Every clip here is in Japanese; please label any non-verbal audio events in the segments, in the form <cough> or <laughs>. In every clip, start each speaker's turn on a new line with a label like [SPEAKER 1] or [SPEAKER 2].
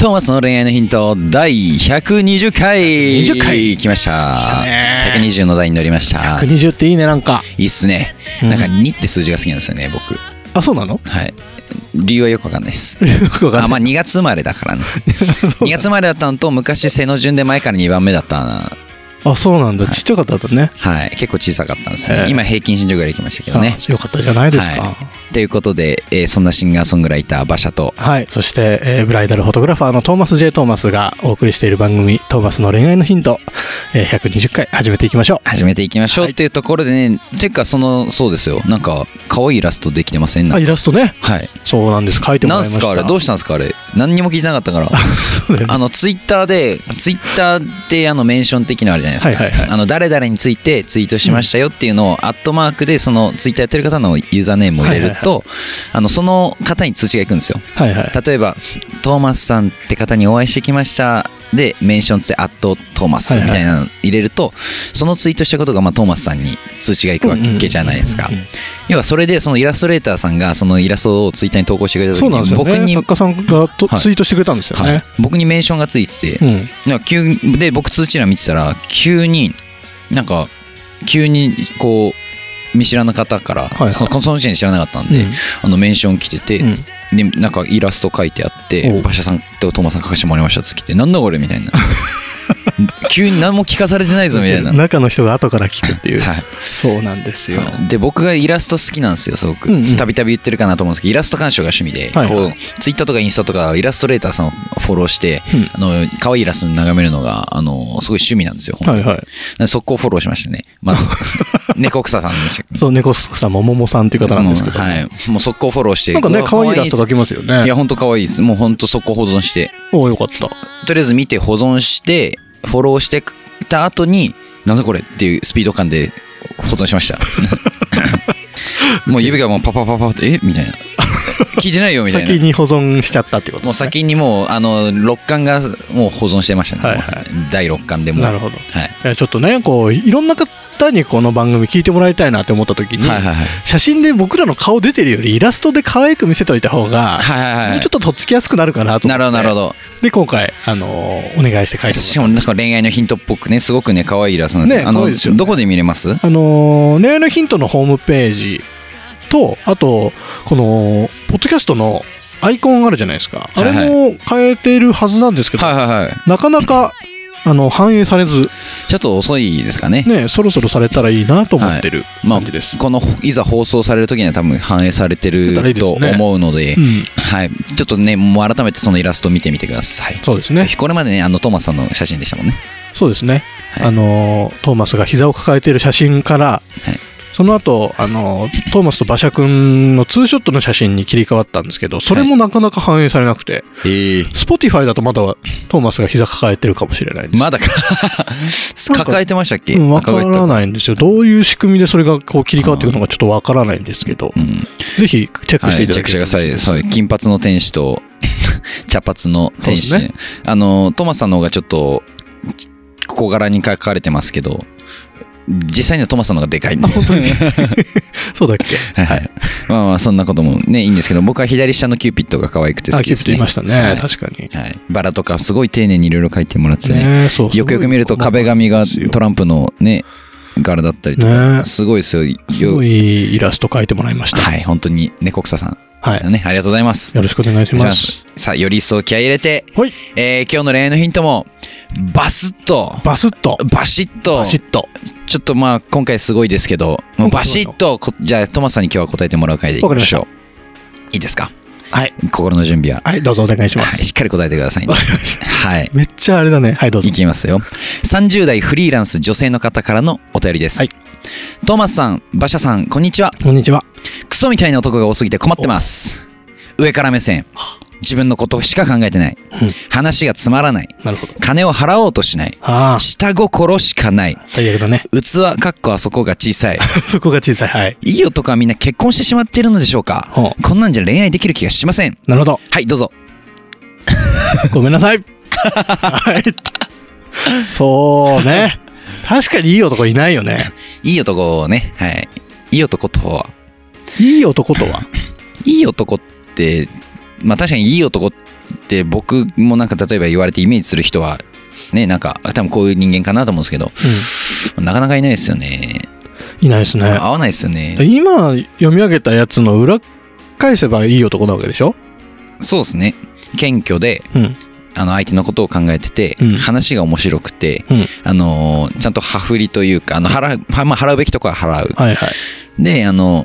[SPEAKER 1] トーマスの恋愛のヒント第120回
[SPEAKER 2] 120回
[SPEAKER 1] 来ました
[SPEAKER 2] 来たね
[SPEAKER 1] 120の台に乗りましたい
[SPEAKER 2] 120っていいねなんか
[SPEAKER 1] いっすね、
[SPEAKER 2] うん
[SPEAKER 1] なんか2って数字が好きなんですよね僕
[SPEAKER 2] あそう <laughs> なの
[SPEAKER 1] はい理由はよくわかんないです
[SPEAKER 2] よくわか
[SPEAKER 1] あ
[SPEAKER 2] んな
[SPEAKER 1] ま
[SPEAKER 2] い
[SPEAKER 1] あ2月生まれ
[SPEAKER 2] <laughs>
[SPEAKER 1] だからね2月生まれだったのと昔背の順で前から2番目だったな
[SPEAKER 2] あそうなんだちっちゃかったんだね
[SPEAKER 1] はい結構小さかったんですよね、
[SPEAKER 2] ええ
[SPEAKER 1] 今平均身長ぐらいいきましたけどね
[SPEAKER 2] あよかったじゃないですか
[SPEAKER 1] はい、ということで、えーそんなシンガーソングライター馬車と
[SPEAKER 2] はいそしてえーブライダルフォトグラファーのトーマス J トーマスがお送りしている番組「トーマスの恋愛のヒント」えー120回始めていきましょう
[SPEAKER 1] 始めていきましょう
[SPEAKER 2] はい
[SPEAKER 1] っていうところでね、ていうかそのそうですよなんか可愛いイラストできてません
[SPEAKER 2] あ
[SPEAKER 1] はい、
[SPEAKER 2] イラストね
[SPEAKER 1] はい、
[SPEAKER 2] そうなんです書いても
[SPEAKER 1] な
[SPEAKER 2] らい
[SPEAKER 1] ん
[SPEAKER 2] まし
[SPEAKER 1] す
[SPEAKER 2] た
[SPEAKER 1] かあれどうしたんですかあれ何にも聞いてなかったから
[SPEAKER 2] <laughs> そうだよね
[SPEAKER 1] あのツイッターでツイッターであのメンション的なあるじゃないですか、
[SPEAKER 2] はいはいはい
[SPEAKER 1] あの誰々についてツイートしましたよっていうのを、アットマークでそのツイッターやってる方のユーザーネームを入れると、あのその方に通知がいくんですよ
[SPEAKER 2] はいはい
[SPEAKER 1] 例えばトーマスさんって方にお会いしてきましたでメンションつって「アットトーマス」み
[SPEAKER 2] はいはい
[SPEAKER 1] たいなの入れると、そのツイートしたことが、まあ、トーマスさんに通知がいくわけじゃないですか、
[SPEAKER 2] うんうんうん
[SPEAKER 1] 要はそれでそのイラストレーターさんがそのイラストをツイッターに投稿してくれた時
[SPEAKER 2] そうなんです
[SPEAKER 1] に
[SPEAKER 2] よ
[SPEAKER 1] 僕
[SPEAKER 2] ね
[SPEAKER 1] に、
[SPEAKER 2] 作家さんがと
[SPEAKER 1] はい
[SPEAKER 2] ツイートしてくれたんですよ
[SPEAKER 1] はい
[SPEAKER 2] ね、
[SPEAKER 1] 僕にメンションがついてて、
[SPEAKER 2] うん
[SPEAKER 1] なんか急にで僕通知欄見てたら急になんか急にこう見知らぬ方から、
[SPEAKER 2] はいはい
[SPEAKER 1] そのその時点で知らなかったんで、
[SPEAKER 2] うん
[SPEAKER 1] あのメンション来てて、
[SPEAKER 2] うん
[SPEAKER 1] でなんかイラスト描いてあって
[SPEAKER 2] おう
[SPEAKER 1] 馬車さんとトーマさん書かせてもらいましたっつって来てなんだこれ
[SPEAKER 2] <laughs>
[SPEAKER 1] みたいな急に何も聞かされてないぞみたいな
[SPEAKER 2] 中の人が後から聞くっていう、
[SPEAKER 1] はい
[SPEAKER 2] そうなんですよ、
[SPEAKER 1] で僕がイラスト好きなんですよすごく
[SPEAKER 2] うんうん
[SPEAKER 1] たびたび言ってるかなと思うんですけどイラスト鑑賞が趣味で、
[SPEAKER 2] はいはい
[SPEAKER 1] こうツイッターとかインスタとかイラストレーターさんをフォローして、
[SPEAKER 2] うん
[SPEAKER 1] あの可愛いイラストに眺めるのがあのすごい趣味なんですよ、
[SPEAKER 2] はいはい
[SPEAKER 1] 速攻フォローしましたね
[SPEAKER 2] <laughs>
[SPEAKER 1] まず猫草さんでしたっけ
[SPEAKER 2] そう、猫さんもももさんという方なんですけど、
[SPEAKER 1] そのはい、もう速攻フォローして
[SPEAKER 2] なんかね、可愛いイラスト
[SPEAKER 1] が
[SPEAKER 2] 描きますよ
[SPEAKER 1] いや
[SPEAKER 2] ね。
[SPEAKER 1] 本当可愛いですもう本当速攻保存して
[SPEAKER 2] おお、よかった。
[SPEAKER 1] とりあえず見て保存してフォローしてた後になんだこれっていうスピード感で保存しました <laughs> もう指がもうパパパパってえみたいな聞いてないよみたいな
[SPEAKER 2] 先に保存しちゃったってこと
[SPEAKER 1] も
[SPEAKER 2] で
[SPEAKER 1] う
[SPEAKER 2] すね。
[SPEAKER 1] 先にもうあの6巻がもう保存してましたね、
[SPEAKER 2] はいはい
[SPEAKER 1] 第6巻でもう
[SPEAKER 2] なるほど。い
[SPEAKER 1] はい
[SPEAKER 2] や、ちょっとね、こう、いろんな方にこの番組聞いてもらいたいなって思った時に、
[SPEAKER 1] はいはいはい
[SPEAKER 2] 写真で僕らの顔出てるよりイラストで可愛く見せといた方が、
[SPEAKER 1] はいはいはい
[SPEAKER 2] ちょっととっつきやすくなるかなと思
[SPEAKER 1] な
[SPEAKER 2] って。
[SPEAKER 1] るほどなるほど
[SPEAKER 2] で、今回、あのーお願いして書いて
[SPEAKER 1] し
[SPEAKER 2] も
[SPEAKER 1] からも
[SPEAKER 2] った。
[SPEAKER 1] なんか恋愛のヒントっぽくねすごくね可愛いイラストなんですよ
[SPEAKER 2] ね可
[SPEAKER 1] あの
[SPEAKER 2] 愛いですよね
[SPEAKER 1] どこで見れます
[SPEAKER 2] あのー恋愛のヒントのホームページと、あと、この、ポッドキャストのアイコンあるじゃないですか。あれ
[SPEAKER 1] はい
[SPEAKER 2] も変えているはずなんですけど、
[SPEAKER 1] はいはいはい
[SPEAKER 2] なかなか、あの、反映されず、
[SPEAKER 1] ちょっと遅いですかね
[SPEAKER 2] ね、そろそろされたらいいなと思ってる
[SPEAKER 1] まあ、
[SPEAKER 2] 感じです。
[SPEAKER 1] このいざ放送される時には多分反映されてる
[SPEAKER 2] だからいいで
[SPEAKER 1] と
[SPEAKER 2] すね
[SPEAKER 1] 思うので
[SPEAKER 2] うん、
[SPEAKER 1] はい、ちょっとねもう改めてそのイラストを見てみてください、
[SPEAKER 2] そうです
[SPEAKER 1] ぜ
[SPEAKER 2] ね。
[SPEAKER 1] ひこれまでねあのトーマスさんの写真でしたもんね
[SPEAKER 2] そうですね。
[SPEAKER 1] はい
[SPEAKER 2] あのー、トーマスが膝を抱えている写真から、
[SPEAKER 1] はい
[SPEAKER 2] その後、あのー、トーマスと馬車くんのツーショットの写真に切り替わったんですけど、それもなかなか反映されなくて、
[SPEAKER 1] へえ
[SPEAKER 2] Spotify だとまだトーマスが膝抱えてるかもしれないです。
[SPEAKER 1] まだか抱えてましたっけ
[SPEAKER 2] うんわから
[SPEAKER 1] い
[SPEAKER 2] ないんですよ。どういう仕組みでそれがこう切り替わっていくのかちょっとわからないんですけど、
[SPEAKER 1] うん
[SPEAKER 2] ぜひチェック
[SPEAKER 1] は
[SPEAKER 2] してい
[SPEAKER 1] い、
[SPEAKER 2] た
[SPEAKER 1] チェ
[SPEAKER 2] だ
[SPEAKER 1] ッ
[SPEAKER 2] きた
[SPEAKER 1] クしてください。そう金髪の天使と <laughs> 茶髪の天使、
[SPEAKER 2] そうです
[SPEAKER 1] あの、トーマスさんの方がちょっと、小柄に書かれてますけど、実際にはトーマスさんの方がでかいんで。
[SPEAKER 2] そうだっけ
[SPEAKER 1] はい。まあまあ、そんなこともね、いいんですけど、僕は左下のキューピッドが可愛くて好
[SPEAKER 2] あ、
[SPEAKER 1] き
[SPEAKER 2] キュ
[SPEAKER 1] で
[SPEAKER 2] ッ
[SPEAKER 1] す
[SPEAKER 2] と言
[SPEAKER 1] ね。
[SPEAKER 2] いましたね。
[SPEAKER 1] はい
[SPEAKER 2] 確かに。
[SPEAKER 1] はい。バラとか、すごい丁寧にいろいろ書いてもらっててね。
[SPEAKER 2] えそう
[SPEAKER 1] よくよく見ると壁紙がトランプのね、柄だったりとか、
[SPEAKER 2] ね
[SPEAKER 1] すごいですよ。
[SPEAKER 2] すご
[SPEAKER 1] よ
[SPEAKER 2] いいいイラスト描いてもらいました。
[SPEAKER 1] はい、本当に猫草さん。
[SPEAKER 2] はい。
[SPEAKER 1] ね、ありがとうございます。
[SPEAKER 2] よろしくお願いします。
[SPEAKER 1] さあ、より一層気合い入れて、
[SPEAKER 2] はい。
[SPEAKER 1] えー今日の恋愛のヒントも、バスッと、
[SPEAKER 2] バスッと。
[SPEAKER 1] バシッと、
[SPEAKER 2] バシッと。
[SPEAKER 1] ちょっとまあ今回すごいですけど、もうバシッとこ、じゃあトマスさんに今日は答えてもらう回でいきましょう。いいですか
[SPEAKER 2] はい。
[SPEAKER 1] 心の準備は。
[SPEAKER 2] はい、どうぞお願いしま
[SPEAKER 1] はい
[SPEAKER 2] す。
[SPEAKER 1] しっかり答えてくださいね。はい。
[SPEAKER 2] めっちゃあれだね。はい、どうぞ
[SPEAKER 1] い。きますよ。30代フリーランス女性の方からのお便りです。
[SPEAKER 2] はい
[SPEAKER 1] トーマスさん、馬車さん、こんにちは。
[SPEAKER 2] こんにちは。
[SPEAKER 1] クソみたいな男が多すぎて困ってます。上から目線。自分のことしか考えてない。話がつまらない。
[SPEAKER 2] なるほど。
[SPEAKER 1] 金を払おうとしない。
[SPEAKER 2] ああ、
[SPEAKER 1] 下心しかない。
[SPEAKER 2] 最悪だね。 <laughs>
[SPEAKER 1] 器、かっこあそこが小さい。
[SPEAKER 2] そこが小さい。はい。
[SPEAKER 1] いい男はみんな結婚してしまっているのでしょうか
[SPEAKER 2] ほう
[SPEAKER 1] こんなんじゃ恋愛できる気がしません。
[SPEAKER 2] なるほど。
[SPEAKER 1] はい、どうぞ。
[SPEAKER 2] ごめんなさい。はい。そうね。確かにいい男いないよね。
[SPEAKER 1] いい男をね、はい。いい男とは、
[SPEAKER 2] いい男とは。
[SPEAKER 1] いい男って、まあ確かにいい男って僕もなんか例えば言われてイメージする人は、ね、なんか多分こういう人間かなと思うんですけど、なかなかいないですよね。
[SPEAKER 2] いないですね。
[SPEAKER 1] 合わないですよね。
[SPEAKER 2] 今読み上げたやつの裏返せばいい男なわけでしょ
[SPEAKER 1] そうですね。謙虚で、
[SPEAKER 2] うん。
[SPEAKER 1] あの相手のことを考えてて、
[SPEAKER 2] うん
[SPEAKER 1] 話が面白くて、
[SPEAKER 2] うん。
[SPEAKER 1] あのーちゃんと歯振りというか、あの払う、はまあ、払うべきとこは払う。
[SPEAKER 2] はいはい。
[SPEAKER 1] で、あの、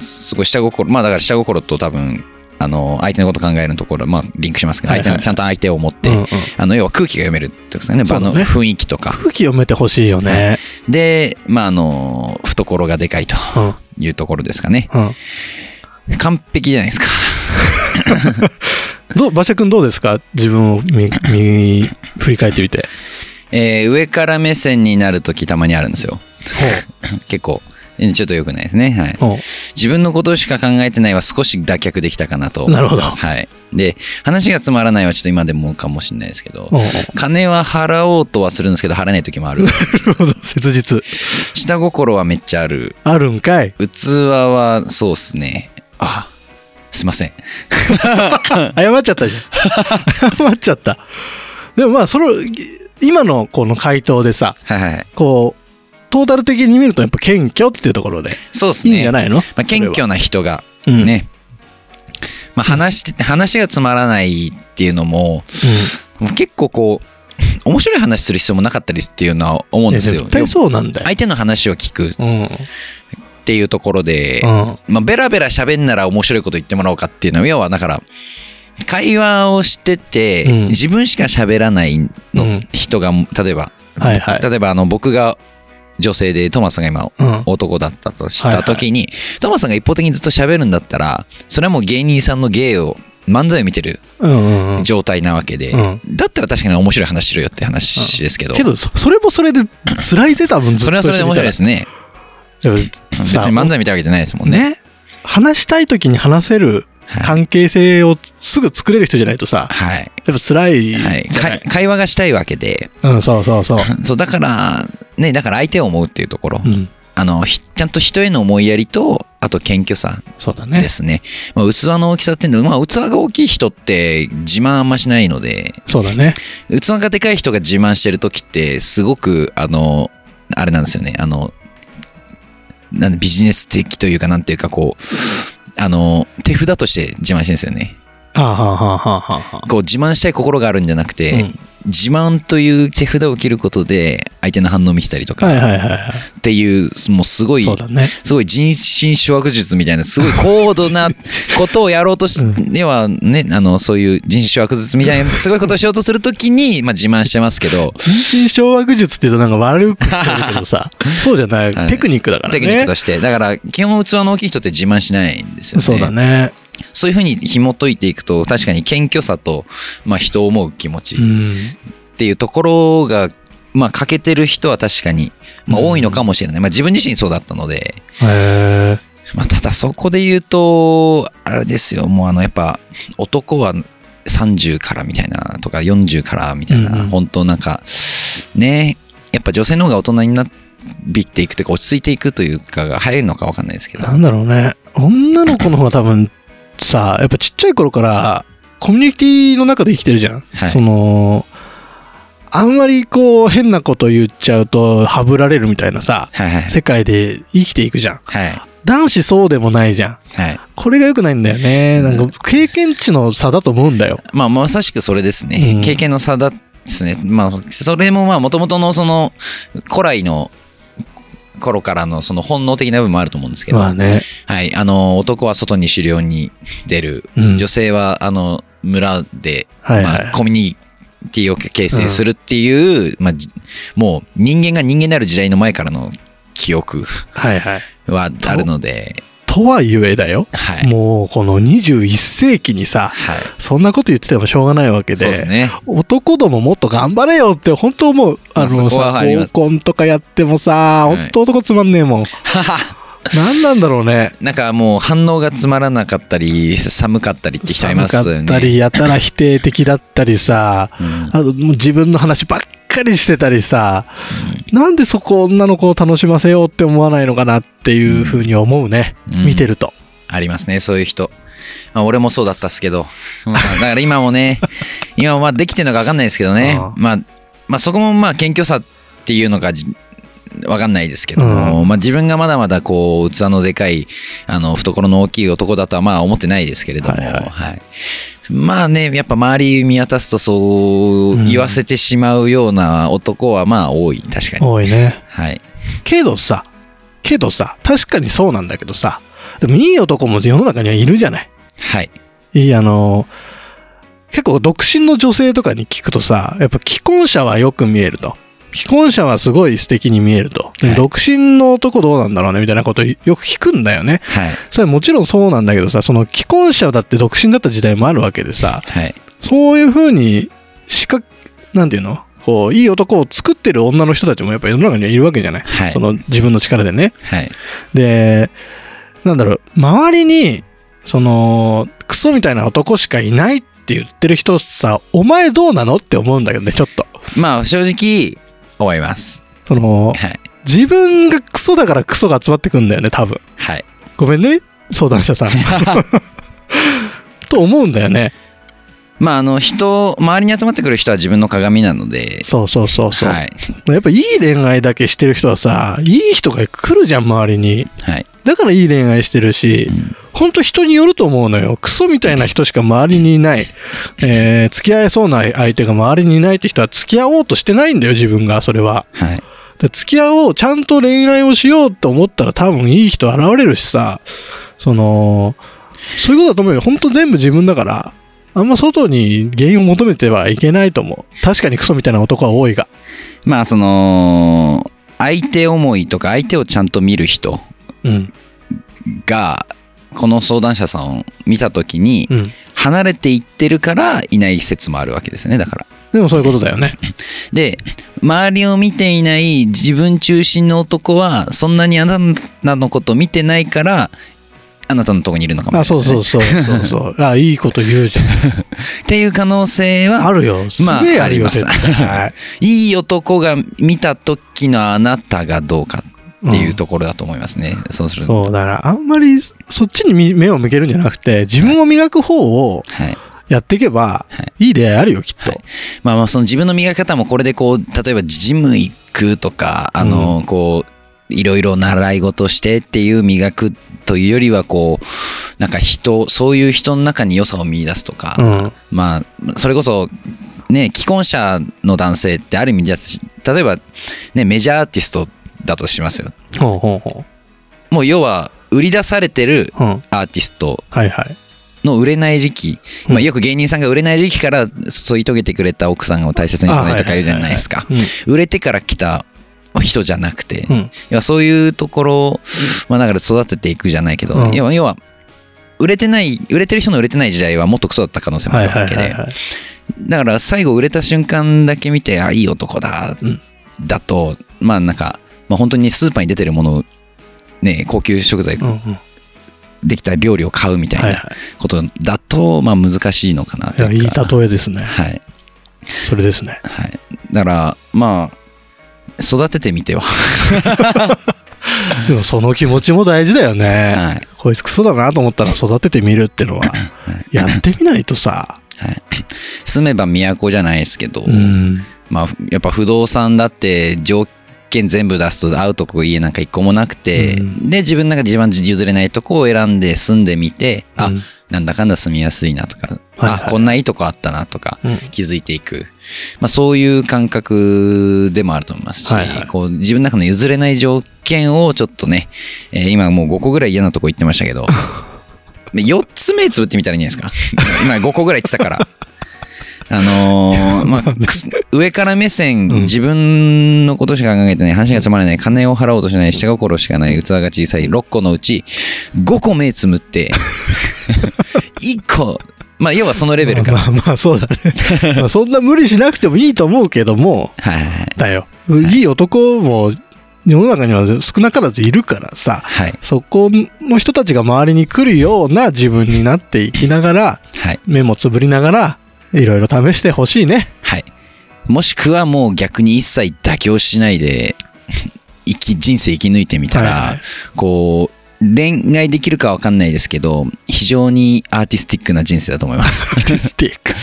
[SPEAKER 1] すごい下心、まあだから下心と多分、あの、相手のこと考えるところ、まあリンクしますけど、
[SPEAKER 2] はいはい
[SPEAKER 1] 相手のちゃんと相手を思って、
[SPEAKER 2] うんうん
[SPEAKER 1] あの、要は空気が読めるってことですよね、
[SPEAKER 2] そ
[SPEAKER 1] 場
[SPEAKER 2] うだ
[SPEAKER 1] の
[SPEAKER 2] ね
[SPEAKER 1] 雰囲気とか。
[SPEAKER 2] 空気読めてほしいよね。
[SPEAKER 1] で、まああの、懐がでかいと
[SPEAKER 2] うん。
[SPEAKER 1] いうところですかね。
[SPEAKER 2] うん。
[SPEAKER 1] 完璧じゃないですか。 <laughs>
[SPEAKER 2] どう、馬車君どうですか自分を見、 <coughs> 見、振り返ってみて。
[SPEAKER 1] えー上から目線になるときたまにあるんですよ。結構、うんちょっと良くないですね。はい。
[SPEAKER 2] ほう。ほう。
[SPEAKER 1] 自分のことしか考えてないは少し脱却できたかなと。
[SPEAKER 2] なるほど
[SPEAKER 1] はい。で、話がつまらないはちょっと今でもかもしれないですけど
[SPEAKER 2] ほう、
[SPEAKER 1] 金は払おうとはするんですけど、払えない時もある。
[SPEAKER 2] なるほど。切実。
[SPEAKER 1] <laughs> 下心はめっちゃある。
[SPEAKER 2] あるんかい。
[SPEAKER 1] 器は、そうっすね。あ、すいません。
[SPEAKER 2] 謝っちゃったじ
[SPEAKER 1] <laughs>
[SPEAKER 2] ゃん。謝っちゃった。でもまあ、その、今のこの回答でさ、
[SPEAKER 1] はいはいはい。
[SPEAKER 2] こう、トータル的に見るとやっぱ謙虚っていうところで、
[SPEAKER 1] そうっす
[SPEAKER 2] い
[SPEAKER 1] ね。
[SPEAKER 2] いんじゃないの、
[SPEAKER 1] まあ、謙虚な人が
[SPEAKER 2] それは、
[SPEAKER 1] ね、まあ、話して、話がつまらないっていうのも、結構こう、面白い話する必要もなかったりっていうのは思
[SPEAKER 2] うん。
[SPEAKER 1] うんで
[SPEAKER 2] ね
[SPEAKER 1] すよ
[SPEAKER 2] 絶。対そうなんだよ。
[SPEAKER 1] 相手の話を聞くっ
[SPEAKER 2] うん。うん。
[SPEAKER 1] ていうところで、まあ、ベラベラ喋んなら面白いこと言ってもらおうかっていうのは、要はだから、会話をしてて、
[SPEAKER 2] うん
[SPEAKER 1] 自分しか喋らないの、
[SPEAKER 2] うん
[SPEAKER 1] 人が、例えば、
[SPEAKER 2] はいはい。
[SPEAKER 1] 例えばあの僕が女性でトマスさんが今
[SPEAKER 2] うん。
[SPEAKER 1] 男だったとした時に、トマスさんが一方的にずっと喋るんだったら、それはもう芸人さんの芸を、漫才を見てる
[SPEAKER 2] うんうんうん。
[SPEAKER 1] 状態なわけで、
[SPEAKER 2] う
[SPEAKER 1] だったら確かに面白い話しろよって話ですけど、
[SPEAKER 2] けど、そそれもそれで辛いぜ、多分ずっと
[SPEAKER 1] それはそれで面白いで
[SPEAKER 2] し
[SPEAKER 1] すね。
[SPEAKER 2] てみた
[SPEAKER 1] 別
[SPEAKER 2] さあ
[SPEAKER 1] に漫才見たいわけじゃないですもん
[SPEAKER 2] ら。
[SPEAKER 1] ね。
[SPEAKER 2] ね。話したい時に話せる
[SPEAKER 1] はい
[SPEAKER 2] 関係性をすぐ作れる人じゃないとさ、
[SPEAKER 1] はい。
[SPEAKER 2] やっぱ辛いじゃ
[SPEAKER 1] は、
[SPEAKER 2] ないい。
[SPEAKER 1] 会会話がしたいわけで、
[SPEAKER 2] うん、そうそう
[SPEAKER 1] <laughs>
[SPEAKER 2] そう。
[SPEAKER 1] そうだから、ね、だから相手を思うっていうところ、
[SPEAKER 2] うん。
[SPEAKER 1] あのひちゃんと人への思いやりと、あと謙虚さ
[SPEAKER 2] そうだね
[SPEAKER 1] で。すね。まあ、器の大きさっていうのは、まあ、器が大きい人って自慢あんましないので、
[SPEAKER 2] そうだね。
[SPEAKER 1] 器がでかい人が自慢してる時って、すごく、あの、あれなんですよね、あの、なんビジネス的というか、なんていうか、こう、あの、手札として自慢してるんですよね。
[SPEAKER 2] はあはあはあはあはあはあ。
[SPEAKER 1] こう自慢したい心があるんじゃなくて、
[SPEAKER 2] うん
[SPEAKER 1] 自慢という手札を切ることで相手の反応を見せたりと
[SPEAKER 2] はい
[SPEAKER 1] か
[SPEAKER 2] はいはいは
[SPEAKER 1] っていう、もうすご
[SPEAKER 2] い。
[SPEAKER 1] い
[SPEAKER 2] そうだね。
[SPEAKER 1] すごい人心掌握術みたいなすごい高度なことをやろうとし
[SPEAKER 2] う
[SPEAKER 1] ではねあのそういう人心掌握術みたいなすごいことをしようとするときに、まあ、自慢してますけど
[SPEAKER 2] 人心掌握術っていうとなんか悪く聞こえるけど
[SPEAKER 1] <laughs>
[SPEAKER 2] さ、そうじゃない、
[SPEAKER 1] はい
[SPEAKER 2] テクニックだからね。
[SPEAKER 1] テクニックとしてだから基本器の大きい人って自慢しないんですよね
[SPEAKER 2] そうだね。
[SPEAKER 1] そういうふうに紐解いていくと確かに謙虚さと、まあ、人を思う気持ち、
[SPEAKER 2] うん。
[SPEAKER 1] っていうところが、まあ、欠けてる人は確かに、まあ、
[SPEAKER 2] うん
[SPEAKER 1] 多いのかもしれない、まあ、自分自身そうだったので、
[SPEAKER 2] へえ。
[SPEAKER 1] まあ、ただそこで言うとあれですよもうあのやっぱ男は30からみたいなとか40からみたいな、
[SPEAKER 2] うんうん
[SPEAKER 1] 本当なんかねやっぱ女性の方が大人になびっていくというか落ち着いていくというかが早いのかわかんないですけど
[SPEAKER 2] なんだろうね。女の子の方が多分さ、やっぱちっちゃい頃からコミュニティの中で生きてるじゃん。
[SPEAKER 1] はい
[SPEAKER 2] その、あんまりこう変なこと言っちゃうとハブられるみたいなさ、
[SPEAKER 1] はいはい
[SPEAKER 2] 世界で生きていくじゃん。
[SPEAKER 1] はい
[SPEAKER 2] 男子そうでもないじゃん。
[SPEAKER 1] はい
[SPEAKER 2] これが良くないんだよね。なんか経験値の差だと思うんだよ。
[SPEAKER 1] まあまさしくそれですね、
[SPEAKER 2] うん
[SPEAKER 1] 経験の差だですねまあそれもまあもともとのその古来の頃からのその本能的な部分もあると思うんですけど、
[SPEAKER 2] まあね。
[SPEAKER 1] はいあの男は外に狩猟に出る、
[SPEAKER 2] うん
[SPEAKER 1] 女性はあの村で、
[SPEAKER 2] はいはい
[SPEAKER 1] まあ、コミュニティを形成するっていう、まあ、じもう人間が人間である時代の前からの記憶
[SPEAKER 2] はいはい。
[SPEAKER 1] はあるので
[SPEAKER 2] とはいえだよ、
[SPEAKER 1] はい
[SPEAKER 2] もうこの21世紀にさ、
[SPEAKER 1] はい
[SPEAKER 2] そんなこと言っててもしょうがないわけで
[SPEAKER 1] そうですね
[SPEAKER 2] 男どももっと頑張れよって本当思う
[SPEAKER 1] まあ
[SPEAKER 2] あの
[SPEAKER 1] そこは
[SPEAKER 2] さ
[SPEAKER 1] ありま
[SPEAKER 2] 合
[SPEAKER 1] す
[SPEAKER 2] コンとかやってもさ
[SPEAKER 1] はい
[SPEAKER 2] 本当男つまんねえもん、何なんだろうね
[SPEAKER 1] なんかもう反応がつまらなかったり寒かったりってしちゃい
[SPEAKER 2] 寒
[SPEAKER 1] ます
[SPEAKER 2] か
[SPEAKER 1] よね
[SPEAKER 2] ったりやたら否定的だったりさ
[SPEAKER 1] うん
[SPEAKER 2] あともう自分の話ばっかりしてたりさ、なんでそこ女の子を楽しませようって思わないのかなっていうふうに思うね、
[SPEAKER 1] うん
[SPEAKER 2] 見てると
[SPEAKER 1] ありますねそういう人、まあ、俺もそうだったっすけど、まあだから今
[SPEAKER 2] <laughs>
[SPEAKER 1] もね今もまあできてるのか分かんないですけどね
[SPEAKER 2] ああ
[SPEAKER 1] まあ、まあそこもまあ謙虚さっていうのかじわかんないですけども、まあ、自分がまだまだこう器のでかいあの懐の大きい男だとはまあ思ってないですけれども、
[SPEAKER 2] はいはい
[SPEAKER 1] はいまあねやっぱ周り見渡すとそう言わせてしまうような男はまあ多い確かに、
[SPEAKER 2] 多いね
[SPEAKER 1] はい、
[SPEAKER 2] けどさけどさ確かにそうなんだけどさでもいい男も世の中にはいるじゃない
[SPEAKER 1] はい、
[SPEAKER 2] いいあの結構独身の女性とかに聞くとさやっぱ既婚者はよく見えると既婚者はすごい素敵に見えると、でも
[SPEAKER 1] はい
[SPEAKER 2] 独身の男どうなんだろうねみたいなことよく聞くんだよね
[SPEAKER 1] はい
[SPEAKER 2] それもちろんそうなんだけどさその既婚者だって独身だった時代もあるわけでさ
[SPEAKER 1] はい
[SPEAKER 2] そういうふうにしかなんていうのこういい男を作ってる女の人たちもやっぱ世の中にはいるわけじゃない、
[SPEAKER 1] はい
[SPEAKER 2] その自分の力でね
[SPEAKER 1] はい
[SPEAKER 2] でなんだろう周りにそのクソみたいな男しかいないって言ってる人さお前どうなのって思うんだけどねちょっと
[SPEAKER 1] まあ正直思います
[SPEAKER 2] その
[SPEAKER 1] はい
[SPEAKER 2] 自分がクソだからクソが集まってくんだよね多分
[SPEAKER 1] はい
[SPEAKER 2] ごめんね相談者
[SPEAKER 1] <laughs>
[SPEAKER 2] さんと思うんだよね
[SPEAKER 1] まああの人周りに集まってくる人は自分の鏡なので
[SPEAKER 2] そうそうそうそう、
[SPEAKER 1] はい
[SPEAKER 2] やっぱいい恋愛だけしてる人はさいい人が来るじゃん周りに
[SPEAKER 1] はい、
[SPEAKER 2] だからいい恋愛してるし、
[SPEAKER 1] うん
[SPEAKER 2] ほんと人によると思うのよクソみたいな人しか周りにいない、えー付き合えそうな相手が周りにいないって人は付き合おうとしてないんだよ自分がそれは
[SPEAKER 1] はい
[SPEAKER 2] で付き合おうちゃんと恋愛をしようと思ったら多分いい人現れるしさそのそういうことだと思うよほんと全部自分だからあんま外に原因を求めてはいけないと思う確かにクソみたいな男は多いが
[SPEAKER 1] まあその相手思いとか相手をちゃんと見る人
[SPEAKER 2] うん
[SPEAKER 1] がこの相談者さんを見た時に
[SPEAKER 2] うん
[SPEAKER 1] 離れていってるからいない説もあるわけですねだから
[SPEAKER 2] でもそういうことだよね
[SPEAKER 1] で周りを見ていない自分中心の男はそんなにあなたのこと見てないからあなたのとこにいるのかも
[SPEAKER 2] あ
[SPEAKER 1] しれ
[SPEAKER 2] そ
[SPEAKER 1] な
[SPEAKER 2] う
[SPEAKER 1] いです、ね、
[SPEAKER 2] そうそうそうそう
[SPEAKER 1] <laughs>
[SPEAKER 2] あいいこと言うじゃん
[SPEAKER 1] っていう可能性は
[SPEAKER 2] あるよす
[SPEAKER 1] <laughs> まあ
[SPEAKER 2] げえあるよ、
[SPEAKER 1] あります
[SPEAKER 2] 絶対はい
[SPEAKER 1] いい男が見た時のあなたがどうかっていうところだと思いますね。そうすると。
[SPEAKER 2] そうだからあんまりそっちにみ目を向けるんじゃなくて自分を磨く方を
[SPEAKER 1] はい。
[SPEAKER 2] やっていけば
[SPEAKER 1] はい
[SPEAKER 2] いい出会いあるよきっと、
[SPEAKER 1] はいまあまあ、その自分の磨き方もこれでこう、例えばジム行くとか、あの、こう、いろいろ習い事してっていう磨くというよりは、こう、なんか人、そういう人の中に良さを見出すとか、
[SPEAKER 2] うん
[SPEAKER 1] まあ、それこそ、ね、既婚者の男性ってある意味じゃ、例えば、ね、メジャーアーティストだとしますよ。
[SPEAKER 2] ほうほうほ
[SPEAKER 1] もう要は、売り出されてる
[SPEAKER 2] ううん
[SPEAKER 1] アーティスト
[SPEAKER 2] はいはい
[SPEAKER 1] の売れない時期、
[SPEAKER 2] うん
[SPEAKER 1] まあ、よく芸人さんが売れない時期から添い遂げてくれた奥さんを大切にしないとか言うじゃないですか
[SPEAKER 2] うん
[SPEAKER 1] 売れてから来た人じゃなくて、
[SPEAKER 2] う
[SPEAKER 1] い
[SPEAKER 2] ん
[SPEAKER 1] やそういうところを、まあ、だから育てていくじゃないけど、
[SPEAKER 2] うん
[SPEAKER 1] 要は要は売れてない売れてる人の売れてない時代はもっとクソだった可能性も
[SPEAKER 2] は
[SPEAKER 1] あ
[SPEAKER 2] い
[SPEAKER 1] る
[SPEAKER 2] はい
[SPEAKER 1] わけ
[SPEAKER 2] はい
[SPEAKER 1] で
[SPEAKER 2] はい
[SPEAKER 1] だから最後売れた瞬間だけ見てあいい男だ、
[SPEAKER 2] うん
[SPEAKER 1] だとまあなんか、まあ、本当にスーパーに出てるものをね高級食材
[SPEAKER 2] うんうん
[SPEAKER 1] できた料理を買うみたいな、
[SPEAKER 2] はいは
[SPEAKER 1] ことだと、まあ、難しいのかなと
[SPEAKER 2] いいやい
[SPEAKER 1] いう
[SPEAKER 2] い
[SPEAKER 1] か
[SPEAKER 2] 例えですね
[SPEAKER 1] はい、
[SPEAKER 2] それですね
[SPEAKER 1] はい、だからまあ育ててみては、
[SPEAKER 2] でもその気持ちも大事だよね、
[SPEAKER 1] はい
[SPEAKER 2] こいつクソだなと思ったら育ててみるってのはやってみないとさ
[SPEAKER 1] はい、住めば都じゃないですけど、
[SPEAKER 2] うん
[SPEAKER 1] まあ、やっぱ不動産だって条件全部出すと合うとこ家なんか一個もなくて、
[SPEAKER 2] うん
[SPEAKER 1] で自分の中で一番譲れないとこを選んで住んでみて、あ
[SPEAKER 2] うん
[SPEAKER 1] なんだかんだ住みやすいなとか、
[SPEAKER 2] はいはい
[SPEAKER 1] あこんないいとこあったなとか、
[SPEAKER 2] うん
[SPEAKER 1] 気づいていく、まあ、そういう感覚でもあると思いますし、
[SPEAKER 2] はいはい
[SPEAKER 1] こう自分の中の譲れない条件をちょっとね、えー今もう5個ぐらい嫌なとこ言ってましたけど
[SPEAKER 2] <laughs>
[SPEAKER 1] <laughs> 4つ目つぶってみたらいいんじゃないですか今5個ぐらい言ってたからあのーまあ、くす上から目線、自分のことしか考えてない、話がつまらない、金を払おうとしない、下心しかない、器が小さい、6個のうち、5個目つ
[SPEAKER 2] <laughs>
[SPEAKER 1] むって、1個、まあ、要はそのレベルから。
[SPEAKER 2] まあまあまあそうだ
[SPEAKER 1] <laughs>
[SPEAKER 2] ねまあそんな無理しなくてもいいと思うけども
[SPEAKER 1] はいはいはい。
[SPEAKER 2] だよいい男も世の中には少なからずいるからさ
[SPEAKER 1] はい。
[SPEAKER 2] そこの人たちが周りに来るような自分になっていきながら
[SPEAKER 1] はい。
[SPEAKER 2] 目もつぶりながらいろいろ試してほしいね
[SPEAKER 1] はい。もしくはもう逆に一切妥協しないで、 <laughs> 生き、人生生き抜いてみたら、
[SPEAKER 2] はいはい
[SPEAKER 1] こう、恋愛できるかわかんないですけど、非常にアーティスティックな人生だと思います。
[SPEAKER 2] アーティスティッ
[SPEAKER 1] <laughs>
[SPEAKER 2] ク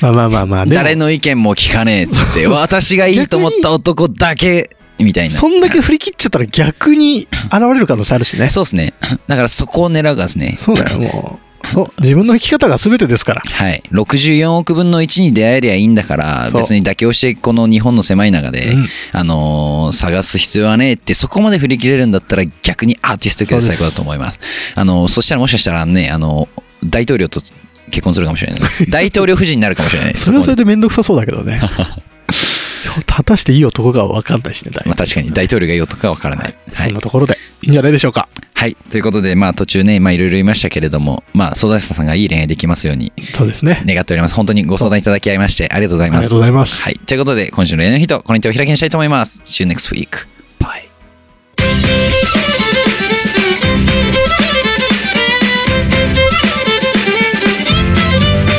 [SPEAKER 2] まあまあまあまあで
[SPEAKER 1] 誰
[SPEAKER 2] も
[SPEAKER 1] の意見も聞かねえっつ
[SPEAKER 2] <laughs>
[SPEAKER 1] って、私がいいと思った男だけ、みたいな。
[SPEAKER 2] そんだけ振り切っちゃったら逆に現れる可能性あるしね
[SPEAKER 1] そうですね。だからそこを狙うがですね。
[SPEAKER 2] そうだよもうそう自分の生き方が全てですから
[SPEAKER 1] はい。64億分の1に出会えりゃいいんだから、
[SPEAKER 2] そう
[SPEAKER 1] 別に妥協して、この日本の狭い中で、
[SPEAKER 2] うん
[SPEAKER 1] あのー探す必要はねえって、そこまで振り切れるんだったら逆にアーティスティックで最高だと思います。あのーそしたらもしかしたらね、あのー大統領と結婚するかも
[SPEAKER 2] <laughs>
[SPEAKER 1] しれない。大統領夫人になるかもしれない。
[SPEAKER 2] それはそれ
[SPEAKER 1] こ
[SPEAKER 2] で面倒くさそうだけど
[SPEAKER 1] <laughs>
[SPEAKER 2] ね果たしていい男かは分かんないしね大
[SPEAKER 1] まあ確かに大統領がいい男かわからない。は
[SPEAKER 2] そん
[SPEAKER 1] い。
[SPEAKER 2] なところでいいんじゃないでしょうか
[SPEAKER 1] はい。ということで、まあ途中ね、まあいろいろ言いましたけれども、まあ、育田さんがいい恋愛できますように
[SPEAKER 2] そうですね
[SPEAKER 1] 願っております。本当にご相談いただき合いまして、ありがとうござ
[SPEAKER 2] あ
[SPEAKER 1] い
[SPEAKER 2] りが
[SPEAKER 1] ま
[SPEAKER 2] と
[SPEAKER 1] す
[SPEAKER 2] うご。ざいます、
[SPEAKER 1] はい。ということで、今週の恋愛の日と、この手を開きにしたいと思います。See you next week. Bye.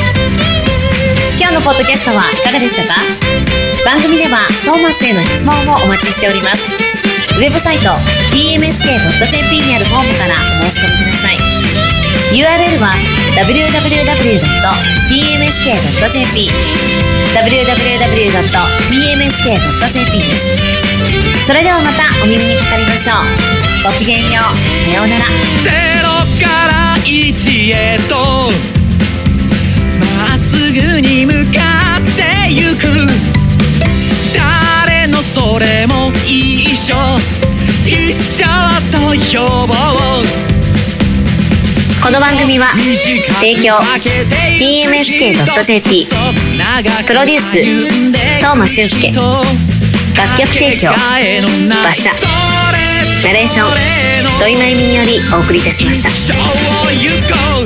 [SPEAKER 3] 「今日のポッドキャストはいかがでしたか番組ではトーマスへの質問もお待ちしておりますウェブサイト tmsk.jp にあるフォームからお申し込みください URL は www.tmsk.jp www.tmsk.jp ですそれではまたお耳にかかりましょうごきげんようさようなら
[SPEAKER 4] ゼロから一へとまっすぐに向かってゆく誰のそれも一緒一緒と呼ぼう
[SPEAKER 3] この番組は提供 TMSK.jp プロデュース東間俊介楽曲提供馬車ナレーション土井真由美によりお送りいたしました
[SPEAKER 4] 一生を行こう